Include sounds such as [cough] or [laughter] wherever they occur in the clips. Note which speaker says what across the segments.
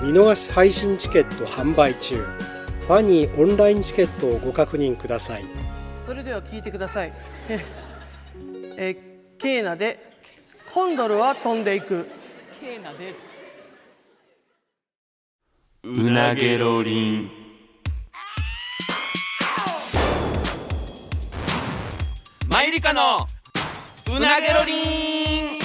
Speaker 1: 見逃し配信チケット販売中ファニーオンラインチケットをご確認ください
Speaker 2: それでは聞いてください。えーえーケーナでコンドルは飛んでいく。
Speaker 3: ケーナで
Speaker 4: うなげろりんマユリカのうなげろりん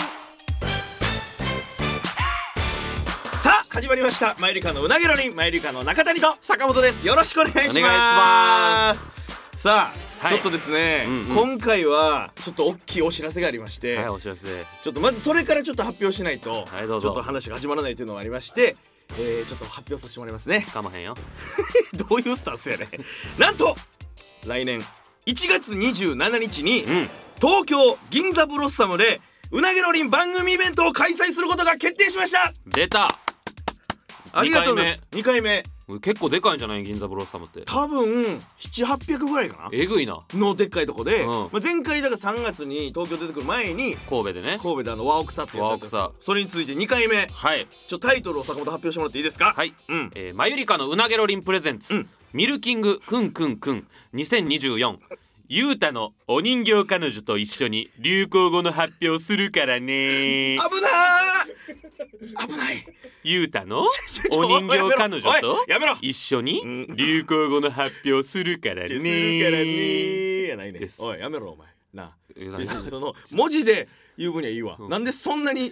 Speaker 5: さあ始まりましたマユリカのうなげろりんマユリカの中谷と
Speaker 4: 坂本です
Speaker 5: よろしくお願いします
Speaker 4: お願いしま
Speaker 5: さ
Speaker 4: は
Speaker 5: あ、
Speaker 4: い
Speaker 5: ちょっとですね、
Speaker 4: うんうん
Speaker 5: 今回はちょっと大きいお知らせがありまして、
Speaker 4: はいお知らせ
Speaker 5: ちょっとまずそれからちょっと発表しないと、
Speaker 4: はいどう
Speaker 5: ち
Speaker 4: ぞ
Speaker 5: ょっと話が始まらないというのがありまして、えー、ちょっと発表させてもらいますね [laughs]
Speaker 4: かまへんよ
Speaker 5: どういうスタンスやねなんと来年1月27日に、
Speaker 4: うん
Speaker 5: 東京銀座ブロッサムでうなげろりん番組イベントを開催することが決定しました
Speaker 4: 出た
Speaker 5: ありがとうございます2回目
Speaker 4: 結構でかいんじゃない銀座ブロッサムって
Speaker 5: 多分700800ぐらいかな
Speaker 4: えぐいな
Speaker 5: のでっかいとこで、
Speaker 4: うん
Speaker 5: まあ、前回だから3月に東京出てくる前に
Speaker 4: 神戸でね
Speaker 5: 神戸であの和奥さってやつやったんですけど
Speaker 4: 和奥
Speaker 5: それについて2回目
Speaker 4: はい
Speaker 5: ちょタイトルを坂本発表してもらっていいですか
Speaker 4: はい、
Speaker 5: うん
Speaker 4: えーマユリカのうなげろりんプレゼンツ、
Speaker 5: うん
Speaker 4: ミルキングくんくんくん2024ゆうたのお人形彼女と一緒に流行語の発表するからね
Speaker 5: 危なー危ない
Speaker 4: ゆうたの
Speaker 5: ちょちょ
Speaker 4: お人形彼女と
Speaker 5: おいやめろ
Speaker 4: 一緒
Speaker 5: う
Speaker 4: に
Speaker 5: ん
Speaker 4: 流行語の発表するからね
Speaker 5: するからねーやないね
Speaker 4: です
Speaker 5: おいやめろお前なあ
Speaker 4: えなんか
Speaker 5: ちょちょその文字で言う分にはいいわ、なんでそんなに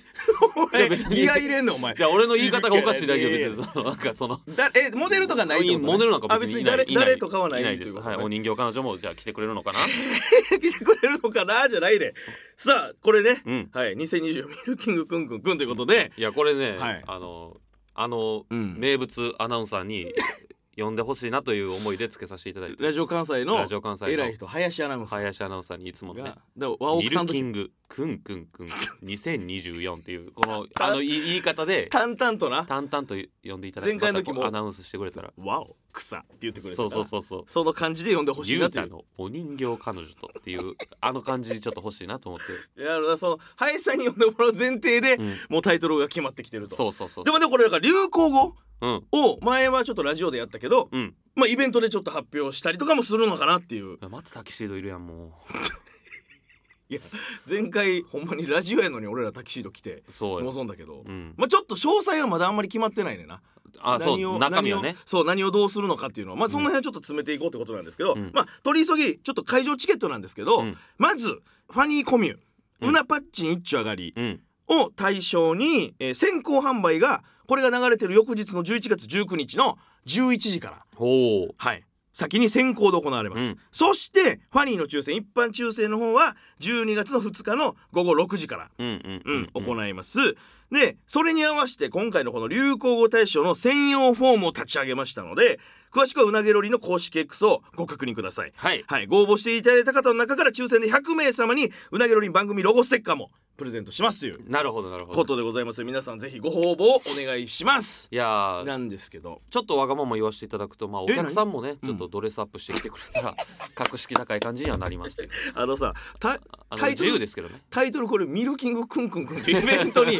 Speaker 5: お
Speaker 4: いや
Speaker 5: 前
Speaker 4: 別に
Speaker 5: ギア入れんのお前
Speaker 4: じゃあ俺の言い方がおかしいだけよ
Speaker 5: するからねー
Speaker 4: 別に [laughs] そのなんかその
Speaker 5: だえモデルとかないってことね
Speaker 4: モデルなんか
Speaker 5: あ
Speaker 4: 別
Speaker 5: 別
Speaker 4: に
Speaker 5: に
Speaker 4: いない
Speaker 5: 誰
Speaker 4: い
Speaker 5: 誰とかはない
Speaker 4: いない
Speaker 5: と
Speaker 4: で
Speaker 5: いう
Speaker 4: す
Speaker 5: こと
Speaker 4: はいお人形彼女もじゃあ来てくれるのか
Speaker 5: [laughs]
Speaker 4: な
Speaker 5: 来てくれるのかなじゃないでさあこれね、
Speaker 4: うん
Speaker 5: はい2020ミルキングくんくんくんということで
Speaker 4: いやこれね、
Speaker 5: はい
Speaker 4: あのあの、
Speaker 5: うん
Speaker 4: 名物アナウンサーに呼んでほしいなという思いでつけさせていただいて
Speaker 5: ラジオ関西の
Speaker 4: ラジオ関西の
Speaker 5: 偉い人林アナウンサー
Speaker 4: 林アナウンサーにいつも
Speaker 5: が、
Speaker 4: のね
Speaker 5: だから和
Speaker 4: ミ
Speaker 5: 奥さ
Speaker 4: ル
Speaker 5: んと
Speaker 4: キングくんくん
Speaker 5: [laughs]
Speaker 4: くん2024っていうこのあのい [laughs] 言い方で
Speaker 5: 淡々とな
Speaker 4: 淡々と呼んでいただいて
Speaker 5: 前回の時
Speaker 4: また
Speaker 5: も
Speaker 4: こうアナウンスしてくれたら
Speaker 5: 「和を草」って言ってくれたか
Speaker 4: そ
Speaker 5: ら
Speaker 4: うそうそうそう
Speaker 5: その感じで呼んでほしい
Speaker 4: ゆ
Speaker 5: な
Speaker 4: う
Speaker 5: とい
Speaker 4: た
Speaker 5: う
Speaker 4: のお人形彼女とっていうあの感じちょっと欲しいなと思って
Speaker 5: いやだからその林さんに呼んでもらう前提で、
Speaker 4: ん
Speaker 5: もうタイトルが決まってきてると
Speaker 4: そうそうそう
Speaker 5: でもねこれだから流行語
Speaker 4: うん
Speaker 5: を前はちょっとラジオでやったけど、
Speaker 4: うん
Speaker 5: まあイベントでちょっと発表したりとかもするのかなっていう
Speaker 4: またタキシードいるやんも
Speaker 5: いや前回ほんまにラジオやのに俺らタキシード来て
Speaker 4: うそうよ
Speaker 5: 望んだけど、
Speaker 4: うん
Speaker 5: まあ、ちょっと詳細はまだあんまり決まってないねんな
Speaker 4: あそ
Speaker 5: 何を
Speaker 4: う中身はね
Speaker 5: 何をそう何をどうするのかっていうのはまあその辺はちょっと詰めていこうってことなんですけど、
Speaker 4: うん
Speaker 5: まあ取り急ぎちょっと会場チケットなんですけど、
Speaker 4: うん
Speaker 5: まずファニーコミュ
Speaker 4: うん
Speaker 5: ウナパッチン一丁上がり
Speaker 4: うん
Speaker 5: を対象に、えー先行販売がこれが流れてる翌日の11月19日の11時から
Speaker 4: ほう
Speaker 5: はい先に先行で行われます、
Speaker 4: うん
Speaker 5: そしてファニーの抽選一般抽選の方は12月の2日の午後6時から
Speaker 4: うんうん
Speaker 5: うん、
Speaker 4: い
Speaker 5: 行います。で、それに合わせて今回のこの流行語大賞の専用フォームを立ち上げましたので、詳しくはうなげロリの公式 X をご確認ください。
Speaker 4: はい
Speaker 5: はい、ご応募していただいた方の中から抽選で100名様にうなげロリン番組ロゴステッカーもプレゼントしますという
Speaker 4: なるほどなるほ
Speaker 5: こ
Speaker 4: ど
Speaker 5: とでございます。皆さんぜひご応募をお願いします。
Speaker 4: いやー
Speaker 5: なんですけど、
Speaker 4: ちょっとわがまま言わせていただくとまあお
Speaker 5: え
Speaker 4: 客さんもねち
Speaker 5: 何
Speaker 4: ょっとドレスアップしてきてくれたら格式高い感じにはなりますけど
Speaker 5: あのさ、た
Speaker 4: あの
Speaker 5: タイト
Speaker 4: 自由で
Speaker 5: ル
Speaker 4: すけどね
Speaker 5: タイトルこれミルキングくんくんくんっていうイベント [laughs] に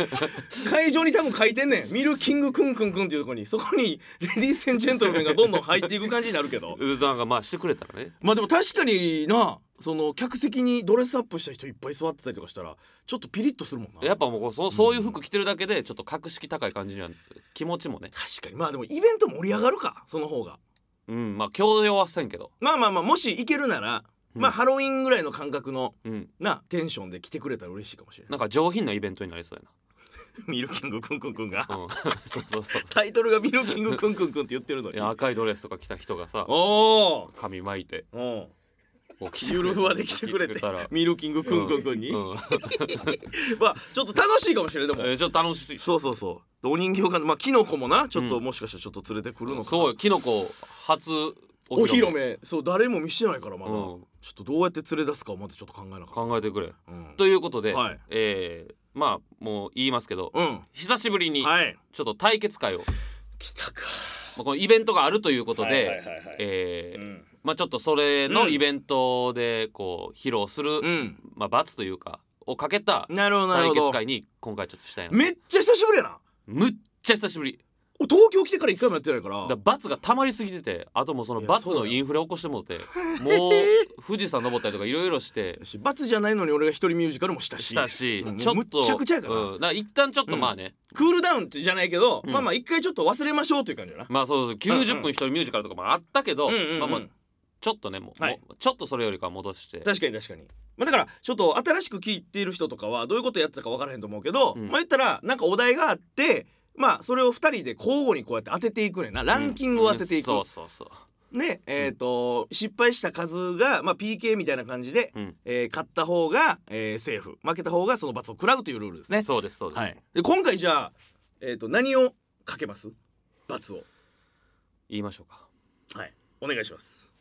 Speaker 5: 会場に多分書いてんねんミルキングくんくんくんっていうとこにそこにレディースジェントルメンがどんどん入っていく感じになるけど
Speaker 4: うんなんかまあしてくれたらね
Speaker 5: まあでも確かになその客席にドレスアップした人いっぱい座ってたりとかしたらちょっとピリッとするもんな
Speaker 4: やっぱもうこうそうそういう服着てるだけでちょっと格式高い感じには気持ちもね
Speaker 5: 確かにまあでもイベント盛り上がるかその方が
Speaker 4: うんまあ強要はせんけど
Speaker 5: まあまあまあもし行けるなら、まあハロウィンぐらいの感覚の
Speaker 4: うん
Speaker 5: なテンションで来てくれたら嬉しいかもしれない
Speaker 4: なんか上品なイベントになりそうや
Speaker 5: [laughs] ミルキングくんくんくんが
Speaker 4: な
Speaker 5: [laughs]
Speaker 4: うんそうそうそう
Speaker 5: タイトルがミルキングくんくんくんって言ってるの
Speaker 4: い
Speaker 5: に
Speaker 4: や赤いドレスとか着た人がさ
Speaker 5: おー
Speaker 4: 髪巻いて
Speaker 5: うんゆるふわで来てくれて
Speaker 4: たら、
Speaker 5: ミルキングくんくんくんに、
Speaker 4: うん
Speaker 5: まあちょっと楽しいかもしれないでも
Speaker 4: えーちょっと楽しい
Speaker 5: そうそうそうお人形館まあキノコもなちょっともしかしたらちょっと連れてくるのかな
Speaker 4: そうよキノコ初
Speaker 5: お披露目そう誰も見してないからまだ、
Speaker 4: うん
Speaker 5: ちょっとどうやって連れ出すかをまずちょっと考えなかった、
Speaker 4: 考えてくれ
Speaker 5: うん
Speaker 4: ということで、
Speaker 5: はい
Speaker 4: えーまあもう言いますけど、
Speaker 5: うん
Speaker 4: 久しぶりに
Speaker 5: はい
Speaker 4: ちょっと対決会を、ま
Speaker 5: 来たか
Speaker 4: あ、このイベントがあるということで、
Speaker 5: はいはいはいはい
Speaker 4: えー
Speaker 5: うん
Speaker 4: まあちょっとそれの
Speaker 5: うん
Speaker 4: イベントでこう披露する、
Speaker 5: うん
Speaker 4: まあ罰というかをかけた
Speaker 5: なるほどなる
Speaker 4: 対
Speaker 5: ほ
Speaker 4: 決
Speaker 5: ど
Speaker 4: 会に今回ちょっとしたいな
Speaker 5: めっちゃ久しぶりやな
Speaker 4: むっちゃ久しぶり
Speaker 5: お東京来てから一回もやってないから
Speaker 4: だから罰が溜まりすぎててあともうその
Speaker 5: いや
Speaker 4: 罰
Speaker 5: そう
Speaker 4: の
Speaker 5: だよ
Speaker 4: インフレ起こしてもう
Speaker 5: [laughs]
Speaker 4: てもう富士山登ったりとかいろいろして
Speaker 5: し罰じゃないのに俺が一人ミュージカルもしたし
Speaker 4: したし
Speaker 5: うん
Speaker 4: ちょっと
Speaker 5: むっちゃくちゃやからな
Speaker 4: うんだから一旦ちょっとまあね、
Speaker 5: クールダウンってじゃないけど、
Speaker 4: うん
Speaker 5: まあまあ一回ちょっと忘れましょうという感じだな、
Speaker 4: まあそうそう90分一人ミュージカルとかもあったけど、
Speaker 5: うんうんうん
Speaker 4: まあまあちょっとねもう,、
Speaker 5: はい
Speaker 4: もうちょっとそれよりかは戻して
Speaker 5: 確かに確かに。まあ、だからちょっと新しく聞いている人とかはどういうことやってたか分からへんと思うけど、
Speaker 4: うん
Speaker 5: まあ言ったらなんかお題があってまあそれを2人で交互にこうやって当てていくねんなランキングを当てていく、
Speaker 4: うんそうそうそう
Speaker 5: ねえっ、と失敗した数が、まあ、PK みたいな感じで、
Speaker 4: うん
Speaker 5: えー勝った方が、えーセーフ負けた方がその罰を食らうというルールですね。
Speaker 4: そうですそうです、
Speaker 5: はい、で今回じゃあ、えー、と何をかけます罰を、
Speaker 4: 言いましょうか
Speaker 5: はい、お願いします。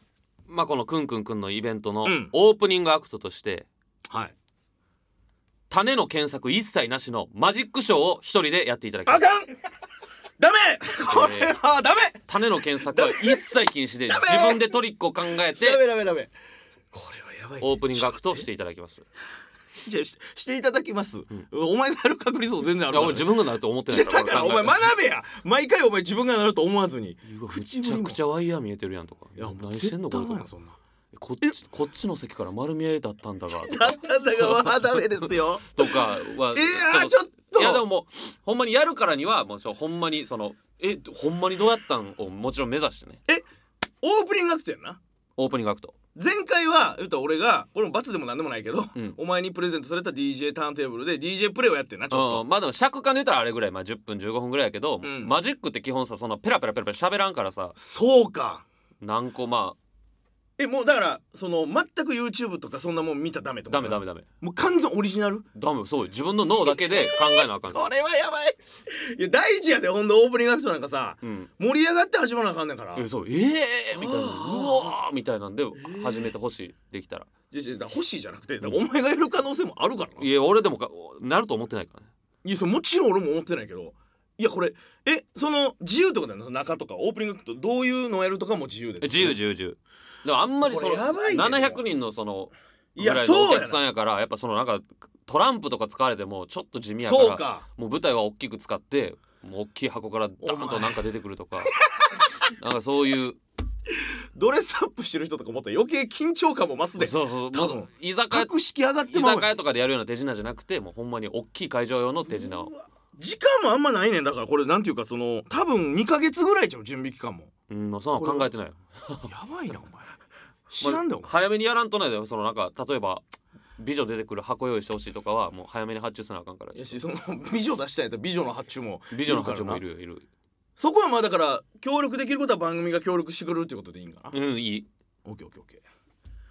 Speaker 4: まあこの「くんくんくん」のイベントの
Speaker 5: うん
Speaker 4: オープニングアクトとして、
Speaker 5: はい、
Speaker 4: 種の検索一切なしのマジックショーを一人でやっていただきま
Speaker 5: あ
Speaker 4: す
Speaker 5: かんダメこれはダメ、
Speaker 4: 種の検索は一切禁止で自分でトリックを考え
Speaker 5: ダ
Speaker 4: て
Speaker 5: メダメダメこれはやばい
Speaker 4: オープニングアクトをしてていただきますい
Speaker 5: じゃあししていただきます、お前がやる確率も全然あ
Speaker 4: や
Speaker 5: るから
Speaker 4: 俺自分がなると思ってない
Speaker 5: じゃあだからお前
Speaker 4: 考
Speaker 5: 学べや毎回お前自分がなると思わずに
Speaker 4: えてめ
Speaker 5: 口
Speaker 4: ちゃ
Speaker 5: ぶりも
Speaker 4: くちゃワイヤー見えてるやんとかい
Speaker 5: いや
Speaker 4: や
Speaker 5: もう
Speaker 4: 何してんのこれとか
Speaker 5: 絶対あかんそんな
Speaker 4: こっちこっちの席から丸見えだったんだがと
Speaker 5: だ
Speaker 4: か
Speaker 5: ったんだがまあダメですよ [laughs]
Speaker 4: とかは
Speaker 5: いやーちょっと
Speaker 4: いやでももうほんまにやるからにはもうそうほんまにそのえほんまにどうやったんをもちろん目指してね
Speaker 5: オープニングアクトやんな
Speaker 4: オープニングアクト
Speaker 5: 前回は言うたら俺がこれも罰でもなんでもないけど、
Speaker 4: うん
Speaker 5: お前にプレゼントされた DJ ターンテーブルで DJ プレイをやってんなちょっと
Speaker 4: うん、まあでも尺感で言ったらあれぐらい、まあ、10分15分ぐらいやけど、
Speaker 5: うん
Speaker 4: マジックって基本さそのペラペラペラペラ喋らんからさ
Speaker 5: [laughs] そうか
Speaker 4: 何個ま
Speaker 5: えもうだからその全く YouTube とかそんなもん見たらダメ
Speaker 4: あ
Speaker 5: とか
Speaker 4: ダメダメダメ
Speaker 5: もう完全オリジナル
Speaker 4: ダメそうよ自分の脳だけで考えなあかんし
Speaker 5: これはやばいいや大事やでほんでオープニングアクトなんかさ
Speaker 4: うん
Speaker 5: 盛り上がって始まらなあかんねんから
Speaker 4: えそうええみたいなうわーみたいなんで始めてほしいできたら
Speaker 5: いやいやだから欲しいじゃなくてだからお前がやる可能性もあるからない
Speaker 4: いや俺でもかなると思ってないからね
Speaker 5: やそれもちろん俺も思ってないけどいやこれえその自由とかだよな中とかオープニングアクトどういうのやるとかも自由で
Speaker 4: 自由自由自由でもあんまりその
Speaker 5: これやばいね
Speaker 4: 700人のその
Speaker 5: い
Speaker 4: ぐ
Speaker 5: や
Speaker 4: らいのお
Speaker 5: そうや
Speaker 4: 客
Speaker 5: な
Speaker 4: さんやからやっぱそのなんかトランプとか使われてもちょっと地味やか
Speaker 5: そう
Speaker 4: ら
Speaker 5: か
Speaker 4: もう舞台は大きく使ってもう大きい箱からダーンとなんか出てくるとか [laughs] なんかそういう
Speaker 5: ドレスアップしてる人とかもっと余計緊張感も増すで
Speaker 4: そうそう
Speaker 5: 多
Speaker 4: も
Speaker 5: 分
Speaker 4: う居酒屋
Speaker 5: 格式上がって
Speaker 4: 居
Speaker 5: まう
Speaker 4: 酒屋とかでやるような手品じゃなくてもうほんまに大きい会場用の手品を
Speaker 5: 時間もあんまないねんだからこれなんていうかその多分2ヶ月ぐらいじゃう準備期間も
Speaker 4: うんもうそんなの考えてないよ
Speaker 5: やばいなお前知らんだよお
Speaker 4: まあ
Speaker 5: 前
Speaker 4: 早めにやらんとないだよそのなんか例えば美女出てくる箱用意してほしいとかはもう早めに発注せなあかんから
Speaker 5: いやしその美女出したんやったら美女の発注も
Speaker 4: 美女の発注もい
Speaker 5: からな
Speaker 4: るよいる
Speaker 5: そこはまあだから協力できることは番組が協力してくれるってことでいいんかな
Speaker 4: うんいい
Speaker 5: オッケーオッケーオッケー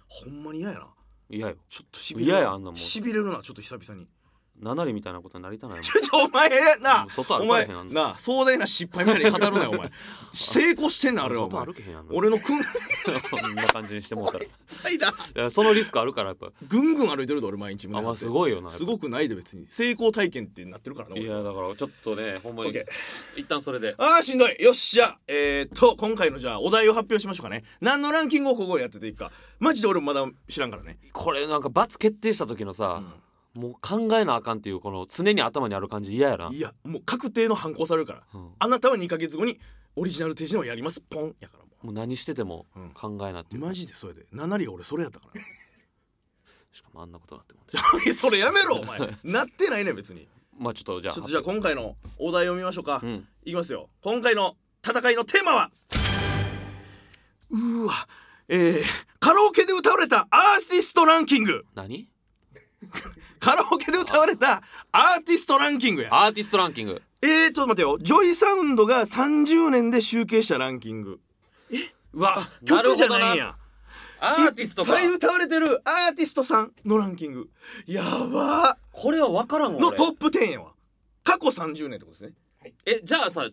Speaker 5: ほんまに嫌やな
Speaker 4: 嫌よ
Speaker 5: ちょっとしびれる
Speaker 4: 嫌やあんなもん
Speaker 5: しびれるなちょっと久々に [laughs]
Speaker 4: 七里みたいなことになりたないもん
Speaker 5: ちょちょお前な
Speaker 4: もう外
Speaker 5: お
Speaker 4: 歩かれ
Speaker 5: 前
Speaker 4: へんあんな
Speaker 5: な壮大な失敗みたいに語るなよ
Speaker 4: [laughs]
Speaker 5: お前成功してんなあれはお前
Speaker 4: 外歩けへんやん
Speaker 5: 俺のくん
Speaker 4: [laughs]
Speaker 5: [laughs]
Speaker 4: こんな感じにしてもうたらい
Speaker 5: ないな
Speaker 4: やそのリスクあるからやっぱ
Speaker 5: ぐんぐん歩いてるで俺毎日胸
Speaker 4: あ
Speaker 5: 張
Speaker 4: ま
Speaker 5: っ
Speaker 4: あ
Speaker 5: て
Speaker 4: すごいよなやっぱ
Speaker 5: すごくないで別に成功体験ってなってるからない
Speaker 4: やだからちょっとねほんま
Speaker 5: オッ
Speaker 4: に
Speaker 5: ケ
Speaker 4: 一旦それで
Speaker 5: あーしんどいよっしゃえー、っと今回のじゃあお題を発表しましょうかね何のランキングをここでやってていいかマジで俺もまだ知らんからね
Speaker 4: これなんか罰決定した時のさ、もう考えなあかんっていうこの常に頭にある感じ嫌やない
Speaker 5: やもう確定の反抗されるから、
Speaker 4: うん
Speaker 5: あなたは2ヶ月後にオリジナル手品をやりますポンやからも
Speaker 4: もう何してても
Speaker 5: うん
Speaker 4: 考えなって
Speaker 5: う
Speaker 4: いう、
Speaker 5: マジでそれで7割が俺それやったから [laughs]
Speaker 4: しかもあんなことなってもんで
Speaker 5: いやそれやめろお前なってないね別に
Speaker 4: まあちょっとじゃあ
Speaker 5: ちょっとじゃあ今回のお題を見ましょうか、
Speaker 4: うん
Speaker 5: いきますよ今回の戦いのテーマはうーわえー、カラオケで歌われたアーティストランキング
Speaker 4: 何
Speaker 5: カラオケで歌われたアーティストランキングや
Speaker 4: アーティストランキング
Speaker 5: えー、ちょっと待ってよジョイサウンドが30年で集計したランキング
Speaker 4: うわなる
Speaker 5: 曲
Speaker 4: ほ
Speaker 5: じゃ
Speaker 4: ど
Speaker 5: ないんや
Speaker 6: アーティスト
Speaker 5: いっ
Speaker 6: か
Speaker 5: ぱい歌われてるアーティストさんのランキングやば
Speaker 6: これは分からんわ
Speaker 5: ーの
Speaker 6: 俺
Speaker 5: トップ10やわ過去30年ってことですね
Speaker 4: えじゃあさ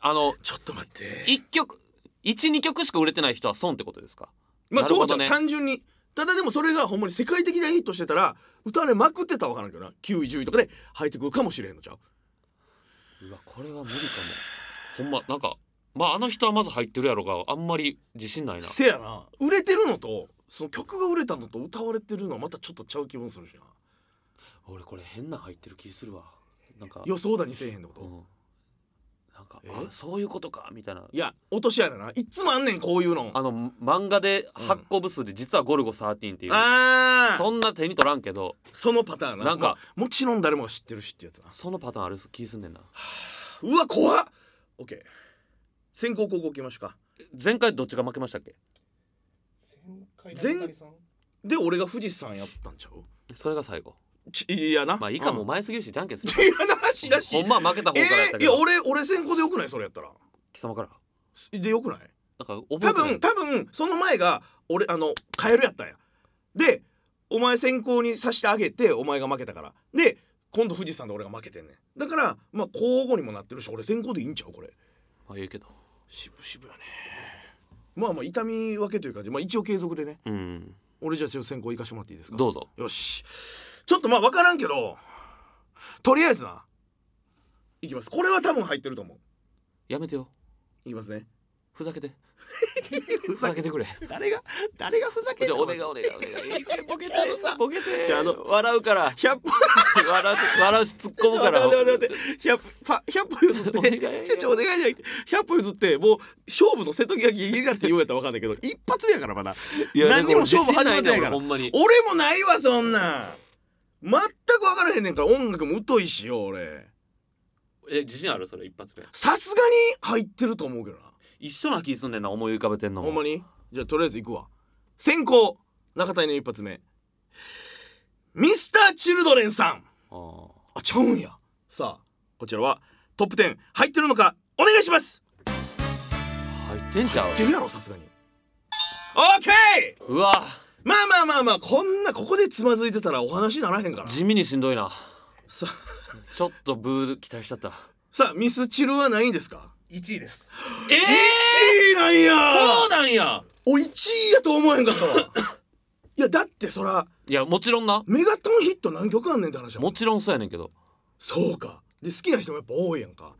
Speaker 4: あの
Speaker 5: ちょっと待って
Speaker 4: 一曲一二曲しか売れてない人は損ってことですか
Speaker 5: まあ
Speaker 4: なる
Speaker 5: そ
Speaker 4: ほ
Speaker 5: うじゃ
Speaker 4: ど
Speaker 5: ん、
Speaker 4: ね
Speaker 5: 単純にただでもそれがほんまに世界的なヒットしてたら歌われまくってたら分からんけどな9位10位とかで入ってくるかもしれへんのちゃう
Speaker 4: うわこれは無理かもほんまなんかまああの人はまず入ってるやろがあんまり自信ないな
Speaker 5: せやな売れてるのとその曲が売れたのと歌われてるのはまたちょっとちゃう気分するしな
Speaker 4: 俺これ変な入ってる気するわなんか
Speaker 5: 予想だにせえへんってこ
Speaker 4: う
Speaker 5: と
Speaker 4: んなんか
Speaker 5: え
Speaker 4: あそういうことかみたいない
Speaker 5: や落とし穴やないっつもあんねんこういうの
Speaker 4: あの漫画で発行部数で実は「ゴルゴ13」っていう、
Speaker 5: あー
Speaker 4: そんな手に取らんけど
Speaker 5: そのパターンな
Speaker 4: なんか
Speaker 5: まあもちろん誰もが知ってるしってやつな
Speaker 4: そのパターンある気すんねんな
Speaker 5: うわ怖っ OK 先行後攻行きましょうか
Speaker 4: 前回どっちが負けましたっけ
Speaker 5: 前で俺が富士山やったんちゃう
Speaker 4: それが最後
Speaker 5: ちいやな
Speaker 4: まあいいかも
Speaker 5: う
Speaker 4: うん前すぎるしじゃんけ [laughs] んする
Speaker 5: [laughs] いやなしなし
Speaker 4: ほんまは負けた方からやっ
Speaker 5: え
Speaker 4: た
Speaker 5: ー、い
Speaker 4: け
Speaker 5: や
Speaker 4: ど、
Speaker 5: 俺俺先行でよくないそれやったら
Speaker 4: 貴様から
Speaker 5: でよくない
Speaker 4: なんか覚
Speaker 5: 多
Speaker 4: え
Speaker 5: 分
Speaker 4: てない
Speaker 5: 多分その前が俺あのカエルやったんやでお前先行にさしてあげてお前が負けたからで今度富士山で俺が負けてんねんだからまあ交互にもなってるし俺先行でいいんちゃうこれ
Speaker 4: まあいいけど
Speaker 5: 渋々やねまあまあ痛み分けという感じまあ一応継続でね
Speaker 4: うん
Speaker 5: 俺じゃあちょっと先行行かしてもらっていいですか
Speaker 4: どうぞ
Speaker 5: よしちょっとまあ分からんけどとりあえずないきますこれは多分入ってると思
Speaker 4: やめてよ
Speaker 5: ういきますね
Speaker 4: ふざけて [laughs] ふざけてくれ
Speaker 5: 誰が誰がふざけん
Speaker 4: じゃ
Speaker 5: の
Speaker 4: あお願いお願いお願いボケてボケて
Speaker 5: じゃああの
Speaker 4: 笑うから
Speaker 5: 100歩
Speaker 4: 笑う笑うし突っ込む [laughs] から
Speaker 5: 待って待って待って100歩パ100歩譲
Speaker 4: お願
Speaker 5: っ
Speaker 4: い
Speaker 5: てちょちょお願いじゃなくて100歩譲ってもう勝負の瀬戸際ギリギリだって言うやったら分かんないけど一発目やからまだ
Speaker 4: いや
Speaker 5: 何にも勝負始まってないか
Speaker 4: 俺
Speaker 5: ら
Speaker 4: 自信ないね俺ほんまに
Speaker 5: 俺もないわそんなん全く分からへんねんから音楽も疎いしよ俺
Speaker 4: え自信あるそれ一発目
Speaker 5: さすがに入ってると思うけどな
Speaker 4: 一緒な気すんねんな思い浮かべてんのも
Speaker 5: ほんまにじゃあとりあえず行くわ先行中谷の一発目ミスターチルドレンさん
Speaker 4: ああ
Speaker 5: あちゃうんやさあこちらはトップ10入ってるのかお願いします
Speaker 4: 入ってんちゃう
Speaker 5: いけるやろさすがにオッケー
Speaker 4: うわ
Speaker 5: まあまあまあまあこんなここでつまずいてたらお話にならへんから
Speaker 4: 地味にしんどいな
Speaker 5: さ
Speaker 4: ちょっとブー期待しちゃった
Speaker 5: さあミスチルはないんですか
Speaker 6: 1位です
Speaker 4: え
Speaker 5: 1位なん
Speaker 4: そ
Speaker 5: や
Speaker 4: うなんや
Speaker 5: お1位やと思えへんかったわいやだってそら
Speaker 4: いやもちろんな
Speaker 5: メガトンヒット何曲あんねんって話やもん
Speaker 4: もちろんそうやねんけど
Speaker 5: そうかで好きな人もやっぱ多いやんか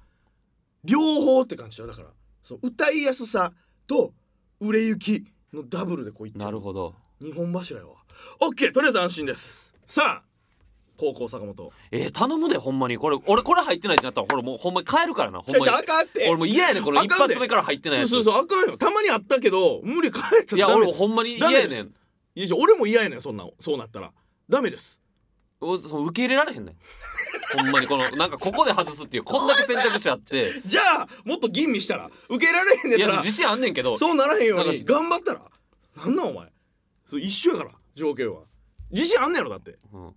Speaker 5: 両方って感じだだからそう歌いやすさと売れ行きのダブルでこういって
Speaker 4: なるほど
Speaker 5: 日本柱やわオッケーとりあえず安心ですさあ高校坂本
Speaker 4: えー、頼むでほんまにこれ俺これ入ってないってなったらほらもうほんまに帰るからなほんま
Speaker 5: ちゃ
Speaker 4: に
Speaker 5: うちゃうあかんって
Speaker 4: 俺もう嫌やねんこの
Speaker 5: あ
Speaker 4: 一
Speaker 5: かんで
Speaker 4: 発目から入ってないやつ
Speaker 5: そうそうそうあかんよたまにあったけど無理変えちゃ
Speaker 4: いや
Speaker 5: ダメで
Speaker 4: 俺
Speaker 5: す
Speaker 4: ほんまに
Speaker 5: ダメ
Speaker 4: 嫌や
Speaker 5: で
Speaker 4: ね
Speaker 5: す
Speaker 4: ん
Speaker 5: いやいや俺も嫌やねんそんなんそうなったらダメです
Speaker 4: おその受け入れられへんねんほんまにこのなんかここで外すっていうこんだけ選択肢あって
Speaker 5: じゃあもっと吟味したら受けられへんね
Speaker 4: いや
Speaker 5: やったら
Speaker 4: 自信あんねんけど
Speaker 5: そうならへんよう
Speaker 4: なん
Speaker 5: に
Speaker 4: か
Speaker 5: 頑張ったらなんなんお前そう一緒やから条件は自信あんねやろだって
Speaker 4: うん、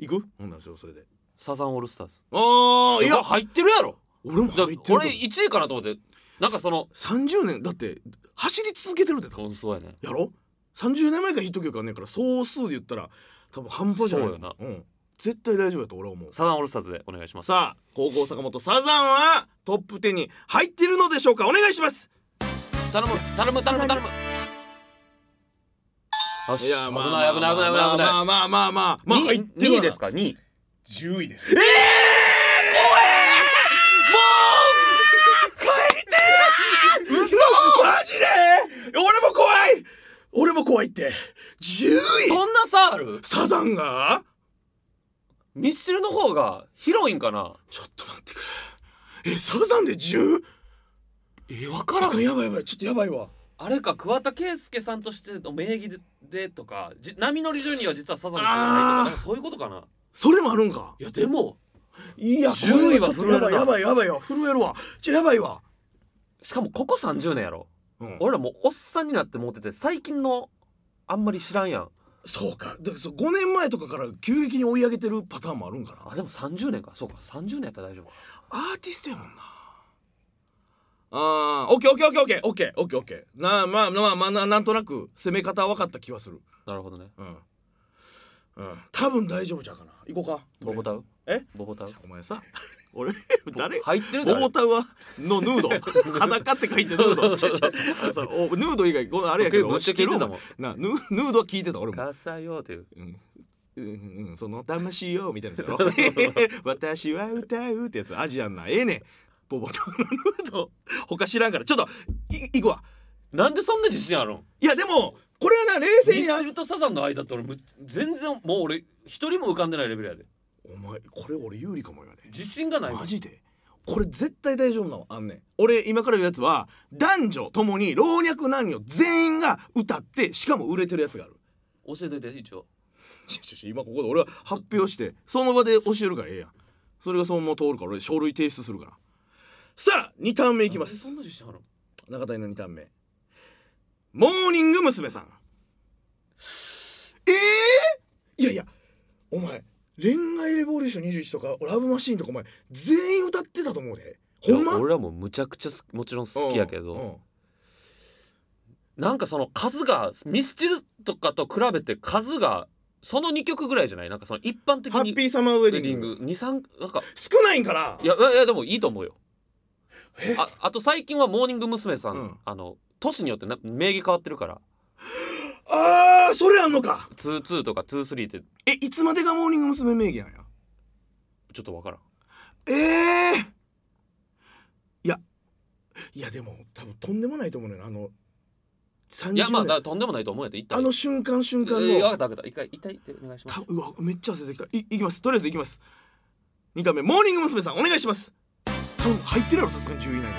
Speaker 5: 行くほんならそれで
Speaker 4: サザンオールスターズ
Speaker 5: ああ
Speaker 4: い
Speaker 5: い
Speaker 4: や
Speaker 5: や
Speaker 4: 入ってるやろ
Speaker 5: 俺も
Speaker 4: だ
Speaker 5: 入ってる
Speaker 4: 俺1位かなと思ってなんかその
Speaker 5: 30年だって走り続けてるって多分
Speaker 4: うんそうやね
Speaker 5: やろ30年前からヒット曲あんねんから総数で言ったら多分半端じゃない
Speaker 4: そうやな
Speaker 5: うん、絶対大丈夫やと俺は思う
Speaker 4: サザンオールスターズでお願いします
Speaker 5: さあ高校坂本サザンはトップ10に入ってるのでしょうかお願いします
Speaker 4: 頼む頼む頼む頼むよし危ない危ない危ない危ない危ない
Speaker 5: まあまあまあまあまあまあ入って
Speaker 4: 2
Speaker 5: る
Speaker 4: 位
Speaker 5: わな
Speaker 4: ですか2位
Speaker 6: 10位です
Speaker 5: 嘘マジで俺も怖い俺も怖いって
Speaker 4: そ
Speaker 5: 10位
Speaker 4: んな差ある
Speaker 5: サザンが
Speaker 4: ミスチルの方が広いんかな
Speaker 5: ちょっと待ってくれえサザンで 10?
Speaker 4: えー、分からん
Speaker 5: やばいやばいちょっとやばいわ
Speaker 4: あれか桑田佳祐さんとしての名義ででとかじ波乗りジュニアは実はサザンじゃないとかなんかそういうことかな
Speaker 5: それもあるんか
Speaker 4: いやでも
Speaker 5: いやこれはちょっとやばいやばいやばいよ震えるわちょやばいわ
Speaker 4: しかもここ30年やろ
Speaker 5: うん
Speaker 4: 俺らもうおっさんになってもうてて最近のあんまり知らんやん
Speaker 5: そうかだからそう5年前とかから急激に追い上げてるパターンもあるんかな
Speaker 4: あでも30年かそうか30年やったら大丈夫か
Speaker 5: アーティストやもんなあーオッケーオッケーオッケーオッケーオッケーオッケーオッケーなまあまあまあななんとなく攻め方は分かった気はする
Speaker 4: なるほどね
Speaker 5: うんうん多分大丈夫じゃうかな行こうか
Speaker 4: ボボタウ
Speaker 5: え
Speaker 4: ボボタウ
Speaker 5: お前さ俺誰
Speaker 4: 入ってる
Speaker 5: ボ
Speaker 4: だ
Speaker 5: ボタウはのヌー [laughs] ド裸って書いてるヌード [laughs] ちょちょあのさおヌード以外このあれやけど
Speaker 4: 僕めっちゃ聞いてたもん
Speaker 5: 知ってるなヌーヌードは聞いてた俺も
Speaker 4: カサよっていう
Speaker 5: うんうんうんうん、そ [laughs] の魂よみたいなやつやろ私は歌うってやつアジアンなええねんボボタウのヌード他知らんからちょっといいくわ
Speaker 6: なんでそんな自信あるん
Speaker 5: いやでもこれはな冷
Speaker 6: ミ
Speaker 5: 静に
Speaker 6: ス
Speaker 5: な
Speaker 6: チルとサザンの間って俺む全然もう俺一人も浮かんでないレベルやで
Speaker 5: お前これ俺有利かもよね
Speaker 6: 自信がないもん
Speaker 5: マジでこれ絶対大丈夫なのあんねん俺今から言うやつは男女ともに老若男女全員が歌ってしかも売れてるやつがある
Speaker 6: 教えといて一応
Speaker 5: ちょちょちょ今ここで俺は発表してその場で教えるからええやんそれがそのまま通るから俺書類提出するからさあ2ターン目いきま
Speaker 6: なんでそ
Speaker 5: す
Speaker 6: んな自信あるん
Speaker 5: 中谷の2ターン目モーニング娘。さんええいやいやお前恋愛レボリューション21とかラブマシーンとかお前全員歌ってたと思うでほんま
Speaker 4: 俺らもむちゃくちゃすもちろん好きやけ
Speaker 5: うんう
Speaker 4: ど
Speaker 5: ん
Speaker 4: なんかその数がミスチルとかと比べて数がその2曲ぐらいじゃないなんかその一般的
Speaker 5: ハッ
Speaker 4: に
Speaker 5: ピーサマーウ
Speaker 4: ウ
Speaker 5: ェ
Speaker 4: ェ
Speaker 5: デ
Speaker 4: デ
Speaker 5: ィ
Speaker 4: ィ
Speaker 5: ン
Speaker 4: ン
Speaker 5: グ
Speaker 4: グ23なんか
Speaker 5: 少ないんかない
Speaker 4: やいやいやでもいいと思うよ
Speaker 5: え
Speaker 4: ああと最近はモーニング娘。さん、
Speaker 5: うん
Speaker 4: あの都市によってな名義変わってるから
Speaker 5: あーそれあんのか
Speaker 4: 22とか23って
Speaker 5: えいつまでがモーニング娘。名義なんや
Speaker 4: ちょっとわからん
Speaker 5: ええー、いやいやでも多分とんでもないと思うねんなあの30年
Speaker 4: いやまあだとんでもないと思うやで一旦
Speaker 5: あの瞬間瞬間
Speaker 4: えーわか
Speaker 5: の、
Speaker 4: ったわかった一回一回言ってお願いします
Speaker 5: たうわめっちゃ汗出てきたいいきますとりあえずいきます2回目モーニング娘。さんお願いします多分入ってるやろさすがに10位以内には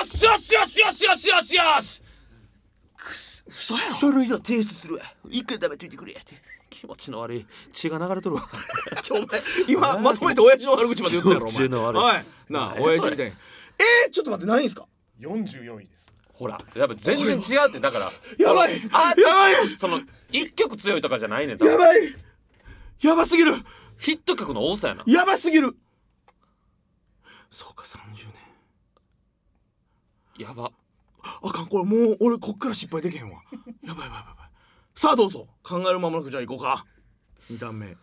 Speaker 6: よしよしよしよしよしよしよし
Speaker 5: 嘘やろ書類を提出するわ一回食べといてくれって
Speaker 4: 気持ちの悪い血が流れとるわ
Speaker 5: ちょお前今まとめて親父の悪口ま
Speaker 4: [laughs]
Speaker 5: で言ったや
Speaker 4: ど
Speaker 5: ろお
Speaker 4: っ
Speaker 5: 前
Speaker 4: ちの悪い
Speaker 5: おいなあ
Speaker 4: 何や
Speaker 5: 親父みたいにえー、ちょっと待って何位ですか
Speaker 6: 44位です
Speaker 4: ほらやっぱ全然違うってだから
Speaker 5: やばいや
Speaker 4: あ
Speaker 5: ばい
Speaker 4: その一曲強いとかじゃないねん多分
Speaker 5: やばいやばすぎる
Speaker 4: ヒット曲の多さやな
Speaker 5: やばすぎるそうか30年
Speaker 4: やば
Speaker 5: あかんこれもう俺こっから失敗できへ
Speaker 4: [laughs]
Speaker 5: んわやばいやばいやばいやばいさあどうぞ考える間もなくじゃあ行こうか2段目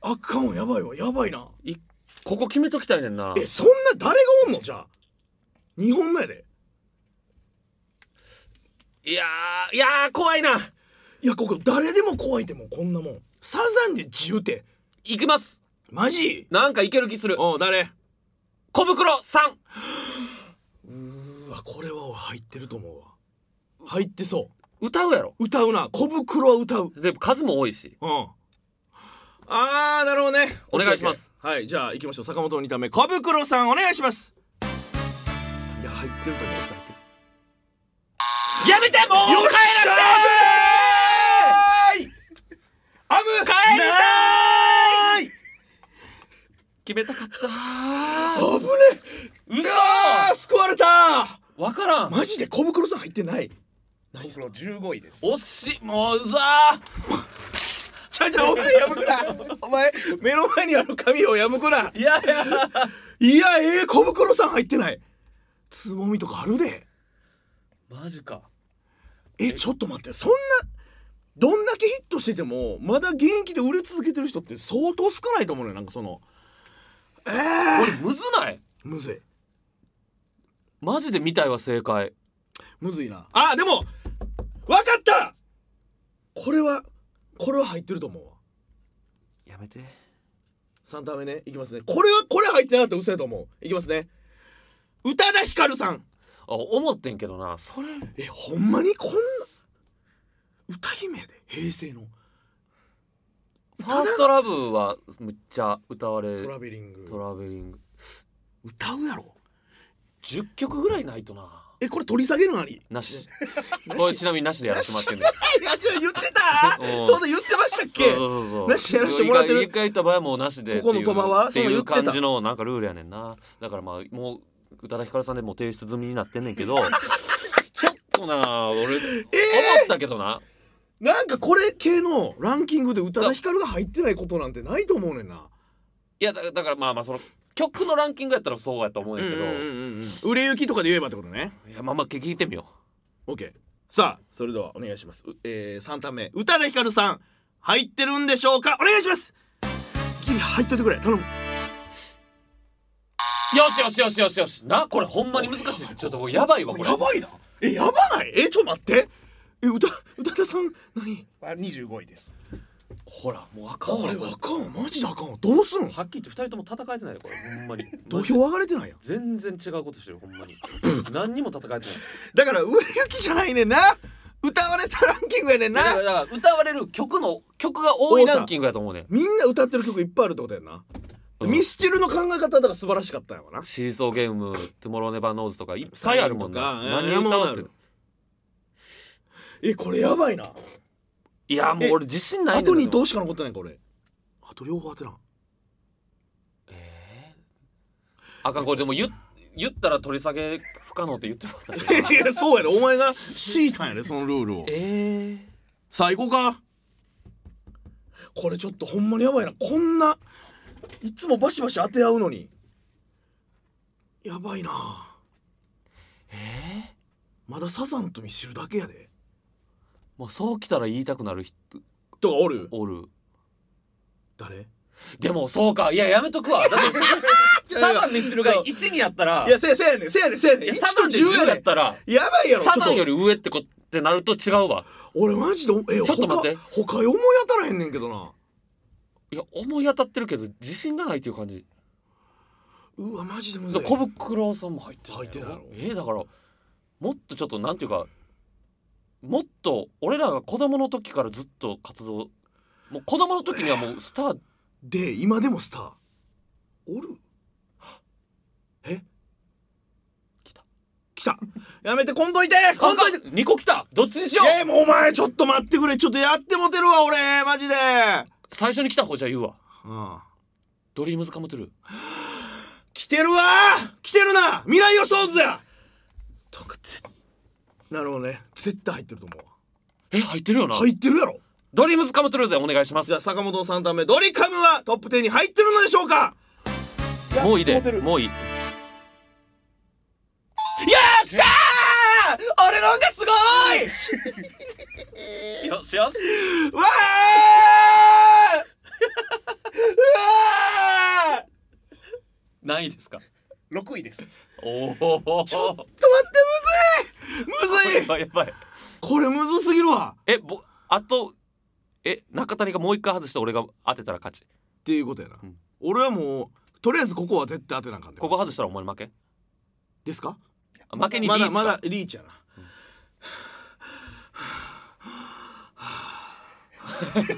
Speaker 5: あかんわやばいわやばいない
Speaker 4: ここ決めときたいねんな
Speaker 5: えそんな誰がおんのじゃあ2本目やで
Speaker 4: いやーいやー怖いない
Speaker 5: やここ誰でも怖いてもうこんなもんサザンで10点
Speaker 4: いきます
Speaker 5: マジ
Speaker 4: なんかいける気する
Speaker 5: おう誰
Speaker 4: 小袋さん
Speaker 5: うわこれは俺入ってると思うわ入ってそ
Speaker 4: 歌うやろ
Speaker 5: う歌うな小袋は歌う
Speaker 4: でも数も多いし
Speaker 5: うんあーなるほどね
Speaker 4: お願いします
Speaker 5: はいじゃあ行きましょう坂本の2た目小袋さんお願いしますいや入ってると思う入ってる
Speaker 4: やめてもう
Speaker 5: よっしゃ危ない危帰りたい
Speaker 4: 決めたかった
Speaker 5: 危ねえうわー救われた
Speaker 6: わからん
Speaker 5: マジで小袋さん入ってない
Speaker 6: 僕の15位です
Speaker 4: 惜しいもううざ
Speaker 5: ちゃうちゃうお前やむくなお前目の前にある紙をやむくない
Speaker 4: やいや
Speaker 5: いやええ小袋さん入ってないつぼみとかあるで
Speaker 6: マジか
Speaker 5: えちょっと待ってそんなどんだけヒットしててもまだ現役で売れ続けてる人って相当少ないと思うのよなんかそのえ
Speaker 4: こ
Speaker 5: え
Speaker 4: れむずない
Speaker 5: むずい
Speaker 4: マジで見たいわ正解
Speaker 5: むずいなあでもわかったこれはこれは入ってると思うわ
Speaker 4: やめて
Speaker 5: 3ターン目ねいきますねこれはこれ入ってなかったら嘘やと思ういきますね宇多田ヒカルさん
Speaker 4: あ思ってんけどなそれ
Speaker 5: えほんまにこんな歌姫やで平成の
Speaker 4: ファーストラブはむっちゃ歌われ
Speaker 5: トラベリング
Speaker 4: トラベリング
Speaker 5: 歌うやろ
Speaker 4: 10曲ぐらいないとな
Speaker 5: えこれ取り下げるのあり
Speaker 4: なし
Speaker 5: [laughs]
Speaker 4: これちなみになしでやらせてもらってんだよ
Speaker 5: いやいや言ってた
Speaker 4: うん
Speaker 5: そんな言ってましたっけ
Speaker 4: そうそうそう
Speaker 5: なしでやらせてもらってる
Speaker 4: 一回言った場合はもうなしで
Speaker 5: ここの鳥羽は
Speaker 4: っていう
Speaker 5: そ
Speaker 4: っ
Speaker 5: う
Speaker 4: てい
Speaker 5: 言
Speaker 4: う
Speaker 5: ってた
Speaker 4: 感じのなんかルールやねんなだからまあもう宇多田ヒカルさんでもう提出済みになってんねんけど [laughs] ちょっとな俺、思ったけどな
Speaker 5: なんかこれ系のランキングで宇多田ヒカルが入ってないことなんてないと思うねんない
Speaker 4: やだだからまあまあその曲のランキングやったらそうやと思うんや
Speaker 5: うん
Speaker 4: け
Speaker 5: う
Speaker 4: ど、
Speaker 5: んうんうん売れ行きとかで言えばってことね
Speaker 4: いやまあまあ聞いてみよ
Speaker 5: OK さあそれではお願いしますうえー、3ターン目宇多田ヒカルさん入ってるんでしょうかお願いします君入っといてくれ頼む
Speaker 4: うよしよしよしよしよしなこれほんまに難しいちょっとこれやばいわこれ
Speaker 5: やばいなえやばないえちょっと待ってえ宇多宇多田さん何25位です
Speaker 4: ほらもうあかん
Speaker 5: あ
Speaker 4: わ
Speaker 5: れあかんマジであかんどうするん
Speaker 4: はっきり言って二人とも戦えてないよこれほんまに
Speaker 5: 土俵上がれてないやん
Speaker 4: 全然違うことしてるほん [laughs] まに何にも戦えてない
Speaker 5: だから上行きじゃないねんな歌われたランキングやねんな
Speaker 4: だからだから歌われる曲の曲が多いランキングやと思うねん
Speaker 5: みんな歌ってる曲いっぱいあるってことやんな、
Speaker 4: うん
Speaker 5: ミスチルの考え方が素晴らしかったんやわな
Speaker 4: シーソーゲーム、トゥモローネバーノーズとかいっぱいあるもんな。
Speaker 5: サインとか
Speaker 4: 何歌うっ
Speaker 5: 山もあ
Speaker 4: て
Speaker 5: る。えこれやばいない
Speaker 4: やもう俺自信ないね
Speaker 5: あ
Speaker 4: んな
Speaker 5: と2頭しか残ってないこれあと両方当てな
Speaker 4: あかんこれでも言っ言ったら取り下げ不可能って言ってます。
Speaker 5: [laughs] いやそうやでお前が敷いたんやでそのルールを
Speaker 4: ええ
Speaker 5: 最高かこれちょっとほんまにやばいなこんないつもバシバシ当て合うのにやばいなえまだサザンとミシルだけやで
Speaker 4: もうそう来たら言いたくなる人
Speaker 5: とかおる
Speaker 4: おる。
Speaker 5: 誰
Speaker 4: でもそうかいややめとくわ。だってサザンミスルが
Speaker 5: そう
Speaker 4: 一にやったら
Speaker 5: いやせやせやねんせやねんせやねん
Speaker 4: いや
Speaker 5: 1
Speaker 4: サザ
Speaker 5: と
Speaker 4: ンで
Speaker 5: 10や
Speaker 4: 10
Speaker 5: ね
Speaker 4: や
Speaker 5: ん
Speaker 4: ったら
Speaker 5: やばいやろ
Speaker 4: サザンよ
Speaker 5: り
Speaker 4: り上ってこってなると違うわ。
Speaker 5: 俺マジで
Speaker 4: ち
Speaker 5: え
Speaker 4: ょっと待って
Speaker 5: 他他思い当たらへんねんけどない
Speaker 4: や思い当たってるけど自信がないっていう感じ。
Speaker 5: うわマジでむず
Speaker 4: だ
Speaker 5: い
Speaker 4: から小袋さんも入って
Speaker 5: 入ってないやろ
Speaker 4: えーだからもっとちょっとなんていうかもっと俺らが子供の時からずっと活動もう子供の時にはもうスタ
Speaker 5: [laughs]
Speaker 4: ー
Speaker 5: で今でもスターおるえ
Speaker 4: 来た
Speaker 5: 来たやめてこんといてこんといて
Speaker 4: 2個来たどっちにしよ
Speaker 5: えー、もうお前ちょっと待ってくれちょっとやってもてるわ俺マジで
Speaker 4: う最初に来た方じゃ言うわ
Speaker 5: うん
Speaker 4: ドリームズカムトゥルー
Speaker 5: 来てるわ来てるな未来予想図やとかぜなるほどね絶対入ってると思う
Speaker 4: え入ってるよな、
Speaker 5: わ入ってるやろ
Speaker 4: ドリームズカムトゥルーでお願いしま
Speaker 5: じゃあ
Speaker 4: す
Speaker 5: 坂本の3ターン目ドリカムはトップ10に入ってるのでしょうか
Speaker 4: もういいで
Speaker 5: やってもうてる
Speaker 4: もういい
Speaker 5: ああ俺のがすごい
Speaker 4: よしよし
Speaker 5: わあうわあ
Speaker 4: 何位ですか
Speaker 5: 6位です
Speaker 4: おおちょっ
Speaker 5: ちょっと待ってむずいむずい
Speaker 4: やばい
Speaker 5: これむずすぎるわ
Speaker 4: えぼあとえ中谷がもう一回外して俺が当てたら勝ち
Speaker 5: っていうことやな、
Speaker 4: うん
Speaker 5: 俺はもうとりあえずここは絶対当てなあかんで
Speaker 4: ここ外したらお前の負け
Speaker 5: ですか
Speaker 4: 負けにリー
Speaker 5: ま
Speaker 4: チ
Speaker 5: だ
Speaker 4: か
Speaker 5: まだリーチやな、 [laughs]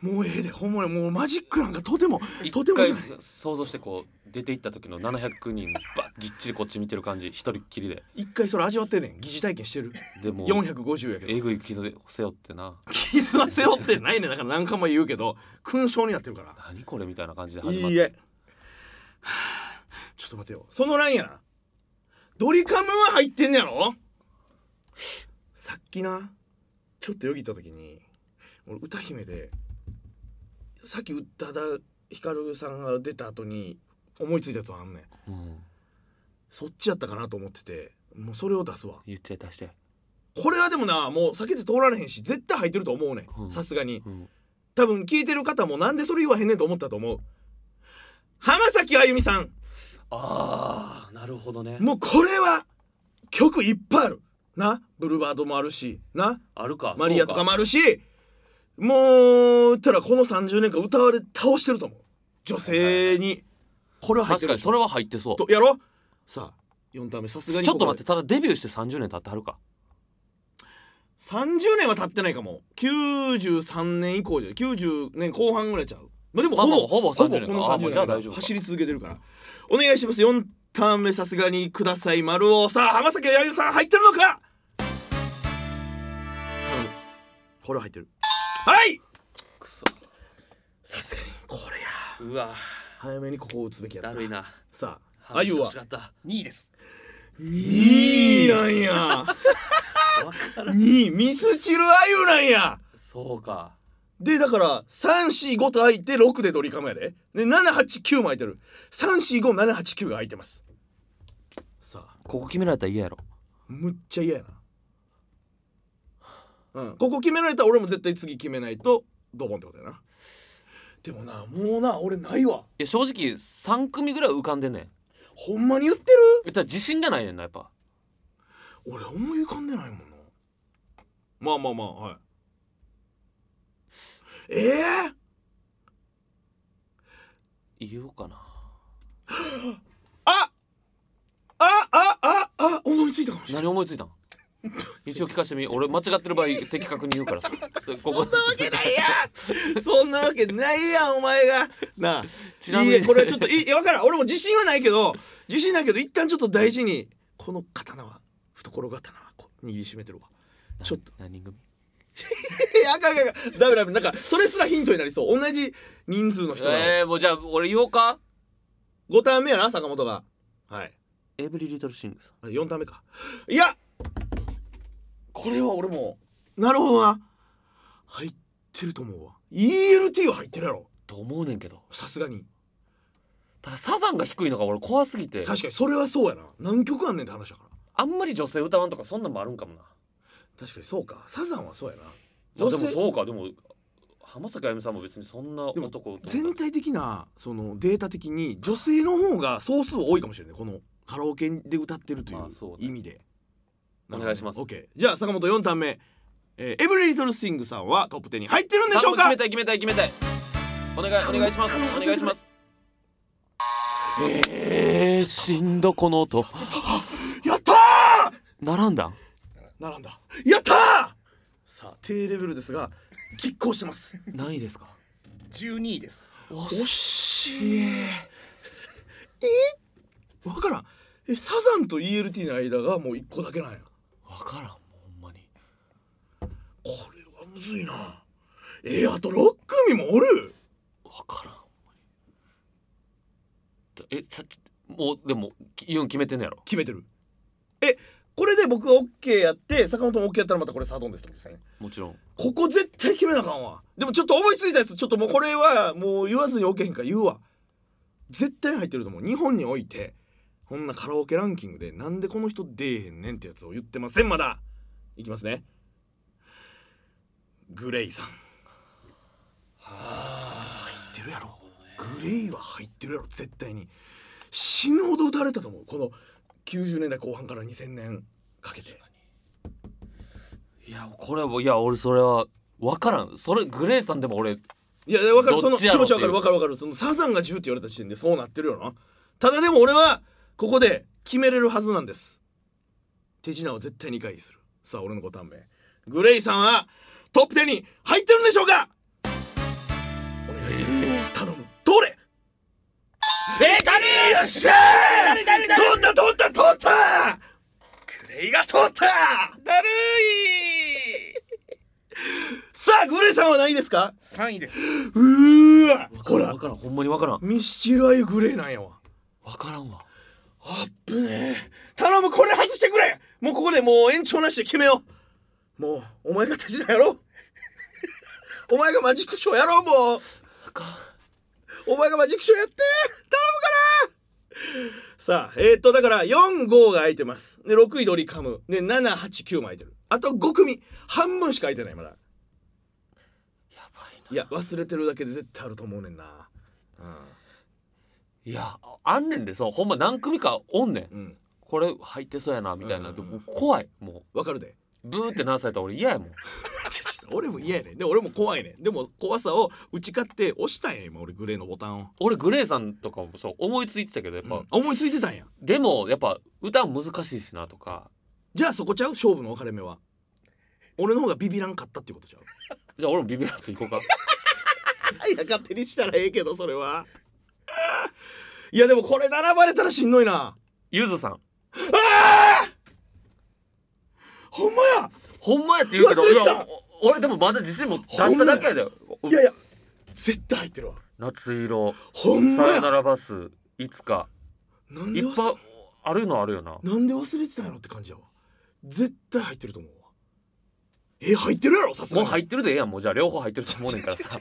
Speaker 5: もうええでほんまにもうマジックなんかとてもと
Speaker 4: 一
Speaker 5: ても
Speaker 4: 回
Speaker 5: じゃない
Speaker 4: 想像してこう出て行った時の700人ばぎっちりこっち見てる感じ一人っきりで
Speaker 5: 一回それ味わってんねん疑似体験してる
Speaker 4: でも
Speaker 5: 450やけど [laughs]
Speaker 4: えぐい傷背負ってな
Speaker 5: 傷は背負ってないねんだから何回も言うけど勲章になってるから
Speaker 4: 何これみたいな感じで
Speaker 5: い
Speaker 4: 始まっ
Speaker 5: い
Speaker 4: て
Speaker 5: え [sighs] はあちょっと待てよそのラインやなドリカムは入ってんねやろさっきなちょっとよぎった時に俺歌姫でさっき宇多田ヒカルさんが出た後に思いついたやつはあんねん
Speaker 4: うん
Speaker 5: そっちやったかなと思っててもうそれを出すわ
Speaker 4: 言って出して
Speaker 5: これはでもなもう避けて通られへんし絶対入ってると思うね
Speaker 4: うん
Speaker 5: んさすがに
Speaker 4: うん
Speaker 5: 多分聞いてる方もなんでそれ言わへんねんと思ったと思う浜崎あゆみさん
Speaker 4: あーなるほどね
Speaker 5: もうこれは曲いっぱいあるなブルーバードもあるしな
Speaker 4: あるか
Speaker 5: マリアとかもあるしもう言ったらこの30年間歌われ倒してると思う女性にこれは入っ
Speaker 4: 確
Speaker 5: て
Speaker 4: か
Speaker 5: る
Speaker 4: にそれは入ってそう
Speaker 5: とやろさあ4ターン目さすがに
Speaker 4: ちょっと待って
Speaker 5: って
Speaker 4: ただデビューして30年経ってはるか
Speaker 5: て30年は経ってないかも93年以降じゃ90年後半ぐらいちゃうまあでも
Speaker 4: まあ
Speaker 5: ほぼ、
Speaker 4: まあほぼ30年
Speaker 5: この
Speaker 4: あも
Speaker 5: 30
Speaker 4: うじゃあ
Speaker 5: 年
Speaker 4: 大丈夫か
Speaker 5: 走り続けてるからお願いします4ターン目さすがにください丸尾さあ浜崎あゆみさん入ってるのか頼むこれは入ってるはい
Speaker 4: くそ
Speaker 5: さすがにこれや
Speaker 4: うわ
Speaker 5: 早めにここを打つべきやった
Speaker 4: だるいな
Speaker 5: さああゆは
Speaker 4: 話してほしかった
Speaker 7: 2位です
Speaker 5: 2位なんや
Speaker 4: わかる
Speaker 5: 2位ミスチルあゆなんや
Speaker 4: そうか
Speaker 5: でだから345と空いて6でドリカムやでで789も空いてる345789が空いてますさあ
Speaker 4: ここ決められたら嫌やろ
Speaker 5: むっちゃ嫌やなうんここ決められたら俺も絶対次決めないとドボンってことやなでもなもうな俺ないわ
Speaker 4: いや正直3組ぐらい浮かんでんねん
Speaker 5: ほんまに言ってる
Speaker 4: 言ったら自信がないねんなやっぱ
Speaker 5: 俺思い浮かんでないもんなまあまあまあはいええ
Speaker 4: 言おうかな
Speaker 5: あああああ思いついたかもしれない
Speaker 4: 何思いつ [laughs] いたん一応聞かせてみ俺間違ってる場合的確に言う [laughs] からさそここ
Speaker 5: ないやんそんなわけないやんお前がなあ
Speaker 4: ちなみに
Speaker 5: いいえこれちょっといいいや分からん俺も自信はないけど自信ないけど一旦ちょっと大事にこの刀は懐刀はこう握りしめてるわちょっと [laughs]
Speaker 4: 何組
Speaker 5: いやあかんあかんあかんダメダメなんかそれすらヒントになりそう同じ人数の人が、
Speaker 4: えー、もうじゃあ俺言おうか
Speaker 5: 5ターン目やな坂本がはい
Speaker 4: エブリリトルシングさん
Speaker 5: 4ターン目かいやこれは俺もなるほどな入ってると思うわ ELT は入ってるやろ
Speaker 4: と思うねんけど
Speaker 5: さすがに
Speaker 4: ただサザンが低いのが俺怖すぎて
Speaker 5: 確かにそれはそうやな何曲あんねんって話だから
Speaker 4: あんまり女性歌わんとかそんなんもあるんかもな
Speaker 5: 確かにそうかサザンはそうやな
Speaker 4: まあで
Speaker 5: 女
Speaker 4: も
Speaker 5: 性
Speaker 4: そうかでも浜崎あゆみさんも別にそんな
Speaker 5: でも
Speaker 4: 男と
Speaker 5: 全体的なそのデータ的に女性の方が総数多いかもしれないこのカラオケで歌ってるという
Speaker 4: まあそうね
Speaker 5: 意味で、
Speaker 4: お願いします
Speaker 5: OK じゃあ坂本4ターン目、えー、エブリリトルスイングさんはトップ10に入ってるんでしょうか
Speaker 4: 決めたい決めたい決めたいお願いお願いしますお願いしますえー、しんどこの音
Speaker 5: やったー
Speaker 4: 並んだん
Speaker 5: 並んだやったーさあ低レベルですが拮抗してます
Speaker 4: ないですか
Speaker 8: 12位です
Speaker 5: 惜しいえわからんえサザンと ELT の間がもう一個だけなんや
Speaker 4: わからんもうほんまに
Speaker 5: これはむずいなえあと6組もおる
Speaker 4: わからんほんまにだえさっきもうでも言うん決めてんのやろ
Speaker 5: 決めてるえこれで僕が OK やって坂本も OK やったらまたこれサドンですってことですよね
Speaker 4: もちろん
Speaker 5: ここ絶対決めなあかんわでもちょっと思いついたやつちょっともうこれはもう言わずに OK へんから言うわ絶対入ってると思う日本においてこんなカラオケランキングでなんでこの人出えへんねんってやつを言ってませんまだいきますねグレイさんはあ入ってるやろグレイは入ってるやろ絶対に死ぬほど歌われたと思うこの90年代後半から2000年かけて
Speaker 4: いやこれはいや俺それはわからんそれグレイさんでも俺
Speaker 5: いやいやわかるそ
Speaker 4: ど
Speaker 5: の
Speaker 4: っち
Speaker 5: 気
Speaker 4: やろ
Speaker 5: 持
Speaker 4: って
Speaker 5: ち
Speaker 4: いう
Speaker 5: わかるわかるわかるそのサザンが10って言われた時点でそうなってるよなただでも俺はここで決めれるはずなんです手品を絶対に回避するさあ俺のご短命グレイさんはトップ10に入ってるんでしょうかお願いする、頼むどれえー、誰よっしゃー通った通った通ったグレイが通った
Speaker 8: だるい
Speaker 5: さあグレイさんは何位ですか
Speaker 8: 3位です
Speaker 5: うーわほら
Speaker 4: わからんほんまにわからん
Speaker 5: ミスチルアイグレイなんやわ
Speaker 4: わからんわ
Speaker 5: あっぶねえ頼むこれ外してくれもうここでもう延長なしで決めようもうお前が手品やろうお前がマジックショーやろうもうお前がマジックショーやって頼むからさあえー、っとだから45が空いてますで6位ドリカムで789も空いてるあと5組半分しか空いてないまだ
Speaker 4: やばいない
Speaker 5: や忘れてるだけで絶対あると思うねんな
Speaker 4: やああんねんでそうほんま何組かおんねん
Speaker 5: うんうん
Speaker 4: これ入ってそうやなみたいな、
Speaker 5: うん
Speaker 4: でも怖いもう
Speaker 5: わかるで
Speaker 4: ブーってなされたら俺嫌やもん
Speaker 5: ちょちょ俺も嫌やねんで俺も怖いねんでも怖さを打ち勝って押したんや今俺グレーのボタンを、
Speaker 4: 俺グレイさんとかもそう思いついてたけどやっぱ、
Speaker 5: 思いついてたんや
Speaker 4: でもやっぱ歌難しいしなとか
Speaker 5: じゃあそこちゃう勝負の分かれ目は俺の方がビビらんかったってことちゃう
Speaker 4: じゃあ俺もビビらんといこう [laughs] か
Speaker 5: いや勝手にしたらええけどそれはいやでもこれ並ばれたらしんどいな
Speaker 4: ゆずさん
Speaker 5: ほんまや
Speaker 4: ほんまやって言うけど
Speaker 5: 忘れてた
Speaker 4: いやお俺でもまだ自信も出しただけやだよ
Speaker 5: いやいや絶対入ってるわ
Speaker 4: 夏色
Speaker 5: ほんま
Speaker 4: さよ
Speaker 5: や
Speaker 4: ならバスいつか
Speaker 5: なん
Speaker 4: い
Speaker 5: で
Speaker 4: っ
Speaker 5: 忘
Speaker 4: ぱい
Speaker 5: れ
Speaker 4: あるのあるよな
Speaker 5: なんで忘れてたんやろって感じやわ絶対入ってると思うわえ入ってるやろさすが
Speaker 4: もう
Speaker 5: に
Speaker 4: 入ってるでええやんもうじゃあ両方入ってると思うねんからさ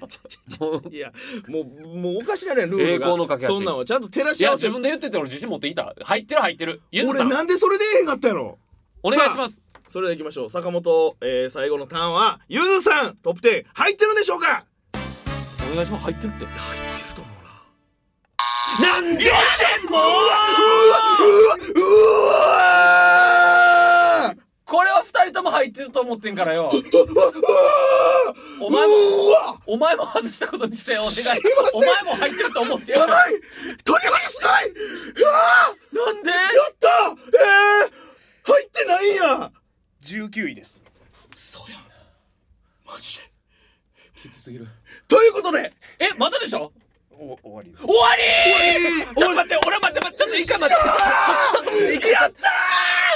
Speaker 4: もう
Speaker 5: [laughs] いやもうもうおかしなねルールが
Speaker 4: 栄光の架け橋
Speaker 5: そんなんはちゃんと照ら
Speaker 4: い
Speaker 5: し合
Speaker 4: や
Speaker 5: わせ
Speaker 4: 自
Speaker 5: る
Speaker 4: 分で言ってて俺自信持っていた入ってる入ってるゆず
Speaker 5: 俺
Speaker 4: さん
Speaker 5: なんでそれでええんかったやろ
Speaker 4: お願いします
Speaker 5: それではいきましょう坂本、えー最後のターンはゆずさんトップ10入ってるんでしょうか
Speaker 4: お願いします入ってるって
Speaker 5: 入ってると思うな
Speaker 4: なんでも
Speaker 5: うわうわうわうわ
Speaker 4: これは二人とも入ってると思ってんからよお前もお前も外したことにしてお願いお前も入ってると思ってよ
Speaker 5: やばいとにかくすごいうわ
Speaker 4: なんで
Speaker 5: やったえー、入ってないんや
Speaker 9: 19位です
Speaker 5: そうやんマジで
Speaker 4: きつすぎる
Speaker 5: ということで
Speaker 4: えまたでしょ
Speaker 9: お終わりです
Speaker 4: 終わりちょっと待って俺待って待ってちょっと一回待ってちょっと待って一回やった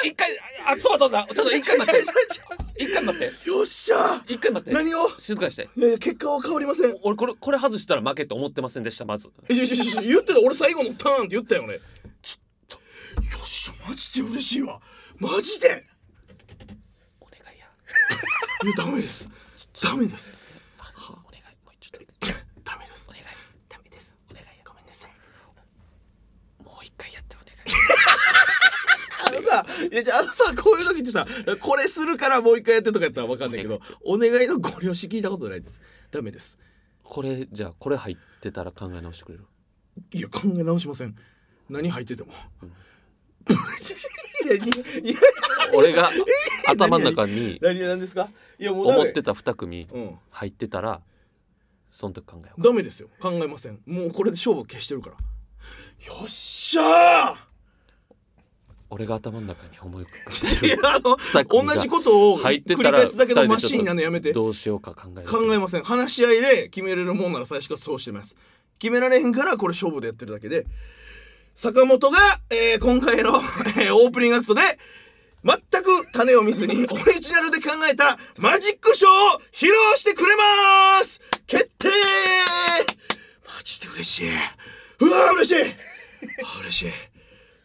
Speaker 4: 一回あクソが飛んだちょっと一回待って一回待って
Speaker 5: よっしゃ
Speaker 4: 一回待って
Speaker 5: 何を
Speaker 4: 静かにして
Speaker 5: いやいや結果は変わりません
Speaker 4: 俺これこれ外したら負けって思ってませんでしたまず
Speaker 5: いやいやいやいや言ってた俺最後のターンって言ったよねちょっとよっしゃマジで嬉しいわマジで
Speaker 4: お願いや
Speaker 5: いやダメですダメです
Speaker 4: お願いもうちょっと
Speaker 5: ダメです
Speaker 4: お願い
Speaker 5: ダメです
Speaker 4: お願いや
Speaker 5: ごめんなさい
Speaker 4: もう一回やってお願い
Speaker 5: あのさいやじゃああのさこういう時ってさこれするからもう一回やってとかやったらわかんないけどお願いのご了承聞いたことないですダメです
Speaker 4: これじゃあこれ入ってたら考え直してくれる
Speaker 5: いや考え直しません何入ってても、 [laughs] いやいやいや
Speaker 4: 俺が頭の中に
Speaker 5: 何何ですかいやもうダメ
Speaker 4: 思ってた2組
Speaker 5: うん
Speaker 4: 入ってたらその時考えよう
Speaker 5: ダメですよ考えませんもうこれで勝負消してるからよっし
Speaker 4: [laughs]
Speaker 5: ゃー
Speaker 4: 俺が頭の中に思い浮か
Speaker 5: いやあ
Speaker 4: 二組
Speaker 5: の
Speaker 4: が
Speaker 5: 同じことを
Speaker 4: 入ってた
Speaker 5: 繰り
Speaker 4: ら
Speaker 5: 返すだけのマシーンなのやめて考
Speaker 4: どうしようか考えよう
Speaker 5: えません話し合いで決めれるもんなら最初からそうしてます決められへんからこれ勝負でやってるだけで坂本が、えー今回のえーオープニングアクトで全く種を見ずにオリジナルで考えたマジックショーを披露してくれます決定マジで嬉しいうわー嬉しいあ嬉しい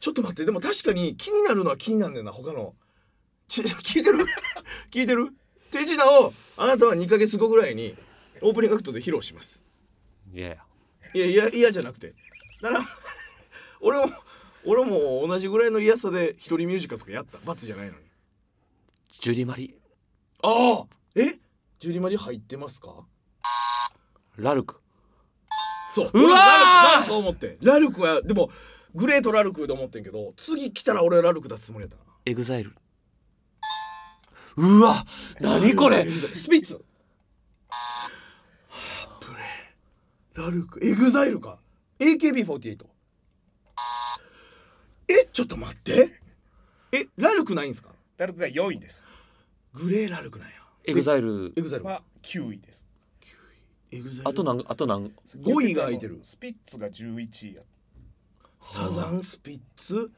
Speaker 5: ちょっと待ってでも確かに気になるのは気になんねんな他のち [laughs] 聞いてる聞いてる手品をあなたは2ヶ月後ぐらいにオープニングアクトで披露します
Speaker 4: いやいや
Speaker 5: いやいや嫌じゃなくてだから [laughs] 俺も俺も同じぐらいの嫌さで一人ミュージカルとかやった罰じゃないのに
Speaker 4: ジュリマリ
Speaker 5: ああえジュリマリ入ってますか
Speaker 4: ラルク
Speaker 5: そう
Speaker 4: うわー
Speaker 5: ラルクラルクと思ってラルクはでもグレートラルクで思ってんけど次来たら俺はラルク出すつもりやったな
Speaker 4: エグザイルうわ何これ
Speaker 5: スピッツラルクエグザイルか AKB48 えちょっと待ってえラルクないんすか
Speaker 9: ラルクが4位です
Speaker 5: グレーラルクなんや
Speaker 4: エグザイル
Speaker 5: エグザイル
Speaker 9: は9位です
Speaker 5: エグザイル
Speaker 4: あとなんあとなん
Speaker 5: 5位が空いてる
Speaker 9: スピッツが11位や
Speaker 5: サザンスピッツ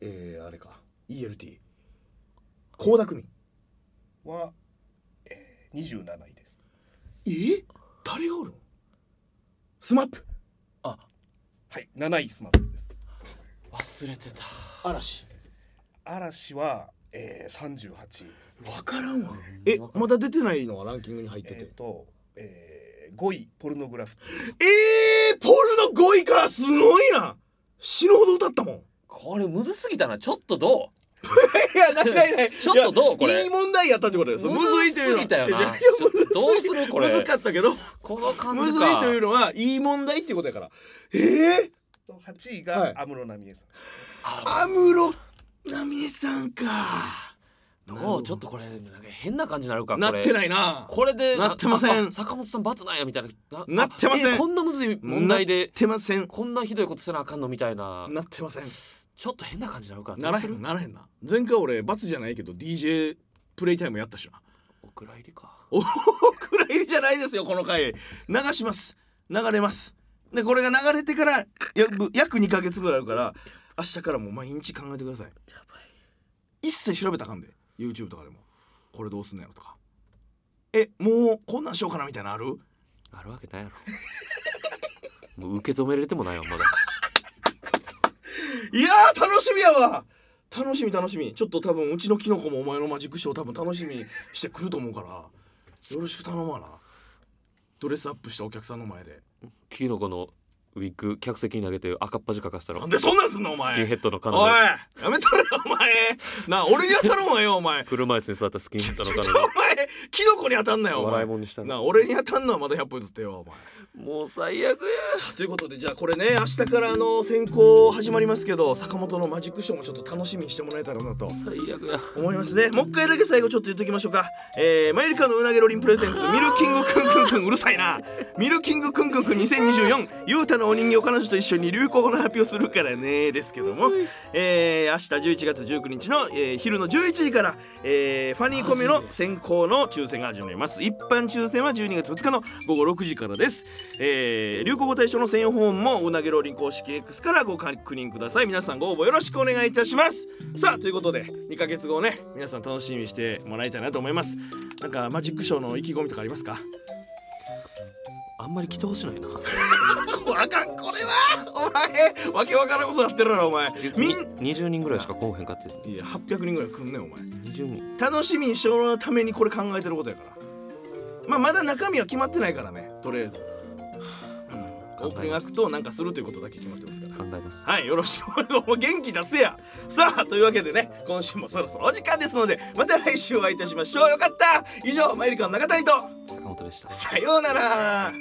Speaker 5: えー、あれか ELT 倖田來未
Speaker 9: は、えー、27位です
Speaker 5: え誰がおるのスマップ
Speaker 9: はい7位スマップです
Speaker 4: 忘れてた
Speaker 5: 嵐
Speaker 9: 嵐は、えー、38位です
Speaker 5: 分からんわえまだ出てないのはランキングに入ってて
Speaker 9: えっ、と、えー、5位ポルノグラフ
Speaker 5: えー、ポルの5位かすごいな死ぬほど歌ったもん [laughs] い
Speaker 4: これむずすぎたなちょっとど
Speaker 5: やないない [laughs] ない
Speaker 4: ちょっとどう
Speaker 5: いや
Speaker 4: これ
Speaker 5: いい問題やったってことです
Speaker 4: む
Speaker 5: む
Speaker 4: ず
Speaker 5: ずいというの
Speaker 4: す
Speaker 5: は
Speaker 4: ぎたよな
Speaker 5: じゃあ
Speaker 4: ちょっと
Speaker 5: むず
Speaker 4: どうするこれ
Speaker 5: [laughs] むずかったけど
Speaker 4: うこの感
Speaker 5: む
Speaker 4: じ
Speaker 5: ず
Speaker 4: か
Speaker 5: いというのはいい問題っていうことやからえー、
Speaker 9: と8位
Speaker 5: はい
Speaker 9: が安室奈美恵さん、
Speaker 5: 安室奈美恵さんか
Speaker 4: どうちょっとこれなんか変な感じになるか
Speaker 5: なって
Speaker 4: い
Speaker 5: ないな
Speaker 4: これで
Speaker 5: なってません
Speaker 4: ああ坂本さん罰なんやみたいな
Speaker 5: なってません
Speaker 4: あえこんなむずい問題
Speaker 5: なっ
Speaker 4: で
Speaker 5: てません
Speaker 4: こんなひどいことせなあかんのみたいな
Speaker 5: なってません
Speaker 4: ちょっと変な感じになるから
Speaker 5: ならへんならへんな前回俺罰じゃないけど DJ プレイタイムやったしな [laughs]
Speaker 4: お蔵入りか
Speaker 5: おくらいじゃないですよこの回流します流れますでこれが流れてから約約2ヶ月ぐらいあるから明日からもう毎日考えてください一切調べたらあかんで YouTube とかでもこれどうすんのやろとかえもうこんなんしようかなみたいなのある
Speaker 4: あるわけないや [laughs] ろもう受け止めれてもないわまだ
Speaker 5: いやー楽しみやわ楽しみ楽しみちょっと多分うちのキノコもお前のマジックショー多分楽しみにしてくると思うからよろしく頼むわなドレスアップしたお客さんの前で
Speaker 6: キノコのウィッグ客席に投げて赤っ端かかしたら
Speaker 5: なんでそんなんすんのお
Speaker 6: ス
Speaker 5: 前
Speaker 6: キンヘッドの彼
Speaker 5: おい
Speaker 6: 女
Speaker 5: やめとれよお前なあ俺に当たるもんよお前
Speaker 6: 車椅子に座ったスキンヘッド
Speaker 5: ち
Speaker 6: の
Speaker 5: ょちょ
Speaker 6: 彼女
Speaker 5: お前キノコに当たんなよお
Speaker 6: 笑
Speaker 5: 前
Speaker 6: いもんにした
Speaker 5: な
Speaker 6: の
Speaker 5: あ俺に当たんのはまだ100歩譲ってよお前
Speaker 6: もう最悪や
Speaker 5: さあということでじゃあこれね明日からあの選考始まりますけど坂本のマジックショーもちょっと楽しみにしてもらえたらなと
Speaker 6: 最悪や
Speaker 5: 思いますねもう一回だけ最後ちょっと言っときましょうかえー、マユリカのうなげロリンプレゼンツミルキングくんくんくんうるさいなミルキングくんくんくん2024ゆうたのお人形彼女と一緒に流行語の発表するからねですけどもえー、明日11月19日の、えー昼の11時から、えーファニーコミュの選考の抽選が始まります一般抽選は12月2日の午後6時からです、えー、流行語大賞の専用フォームもうなげローリン公式 X からご確認ください皆さんご応募よろしくお願いいたしますさあということで2ヶ月後をね皆さん楽しみにしてもらいたいなと思いますなんかマジックショーの意気込みとかありますか
Speaker 6: あんまり来てほし
Speaker 5: [laughs]
Speaker 6: ないな
Speaker 5: こあかんこれはお前わけわからんことやってるなお前みん
Speaker 6: に20人ぐらいしか来おへんかって
Speaker 5: いや800人ぐらい来んねんお前
Speaker 6: 20人
Speaker 5: 楽しみにしてもらうためにこれ考えてることやから、まあ、まだ中身は決まってないからねとりあえず、うん、オープニングアクトをなんかするということだけ決まってますから
Speaker 6: 考えます
Speaker 5: はいよろしくお願いします [laughs] もう元気出せやさあというわけでね今週もそろそろお時間ですのでまた来週お会いいたしましょうよかった以上マイリカの中谷と
Speaker 6: 坂本でした
Speaker 5: さようなら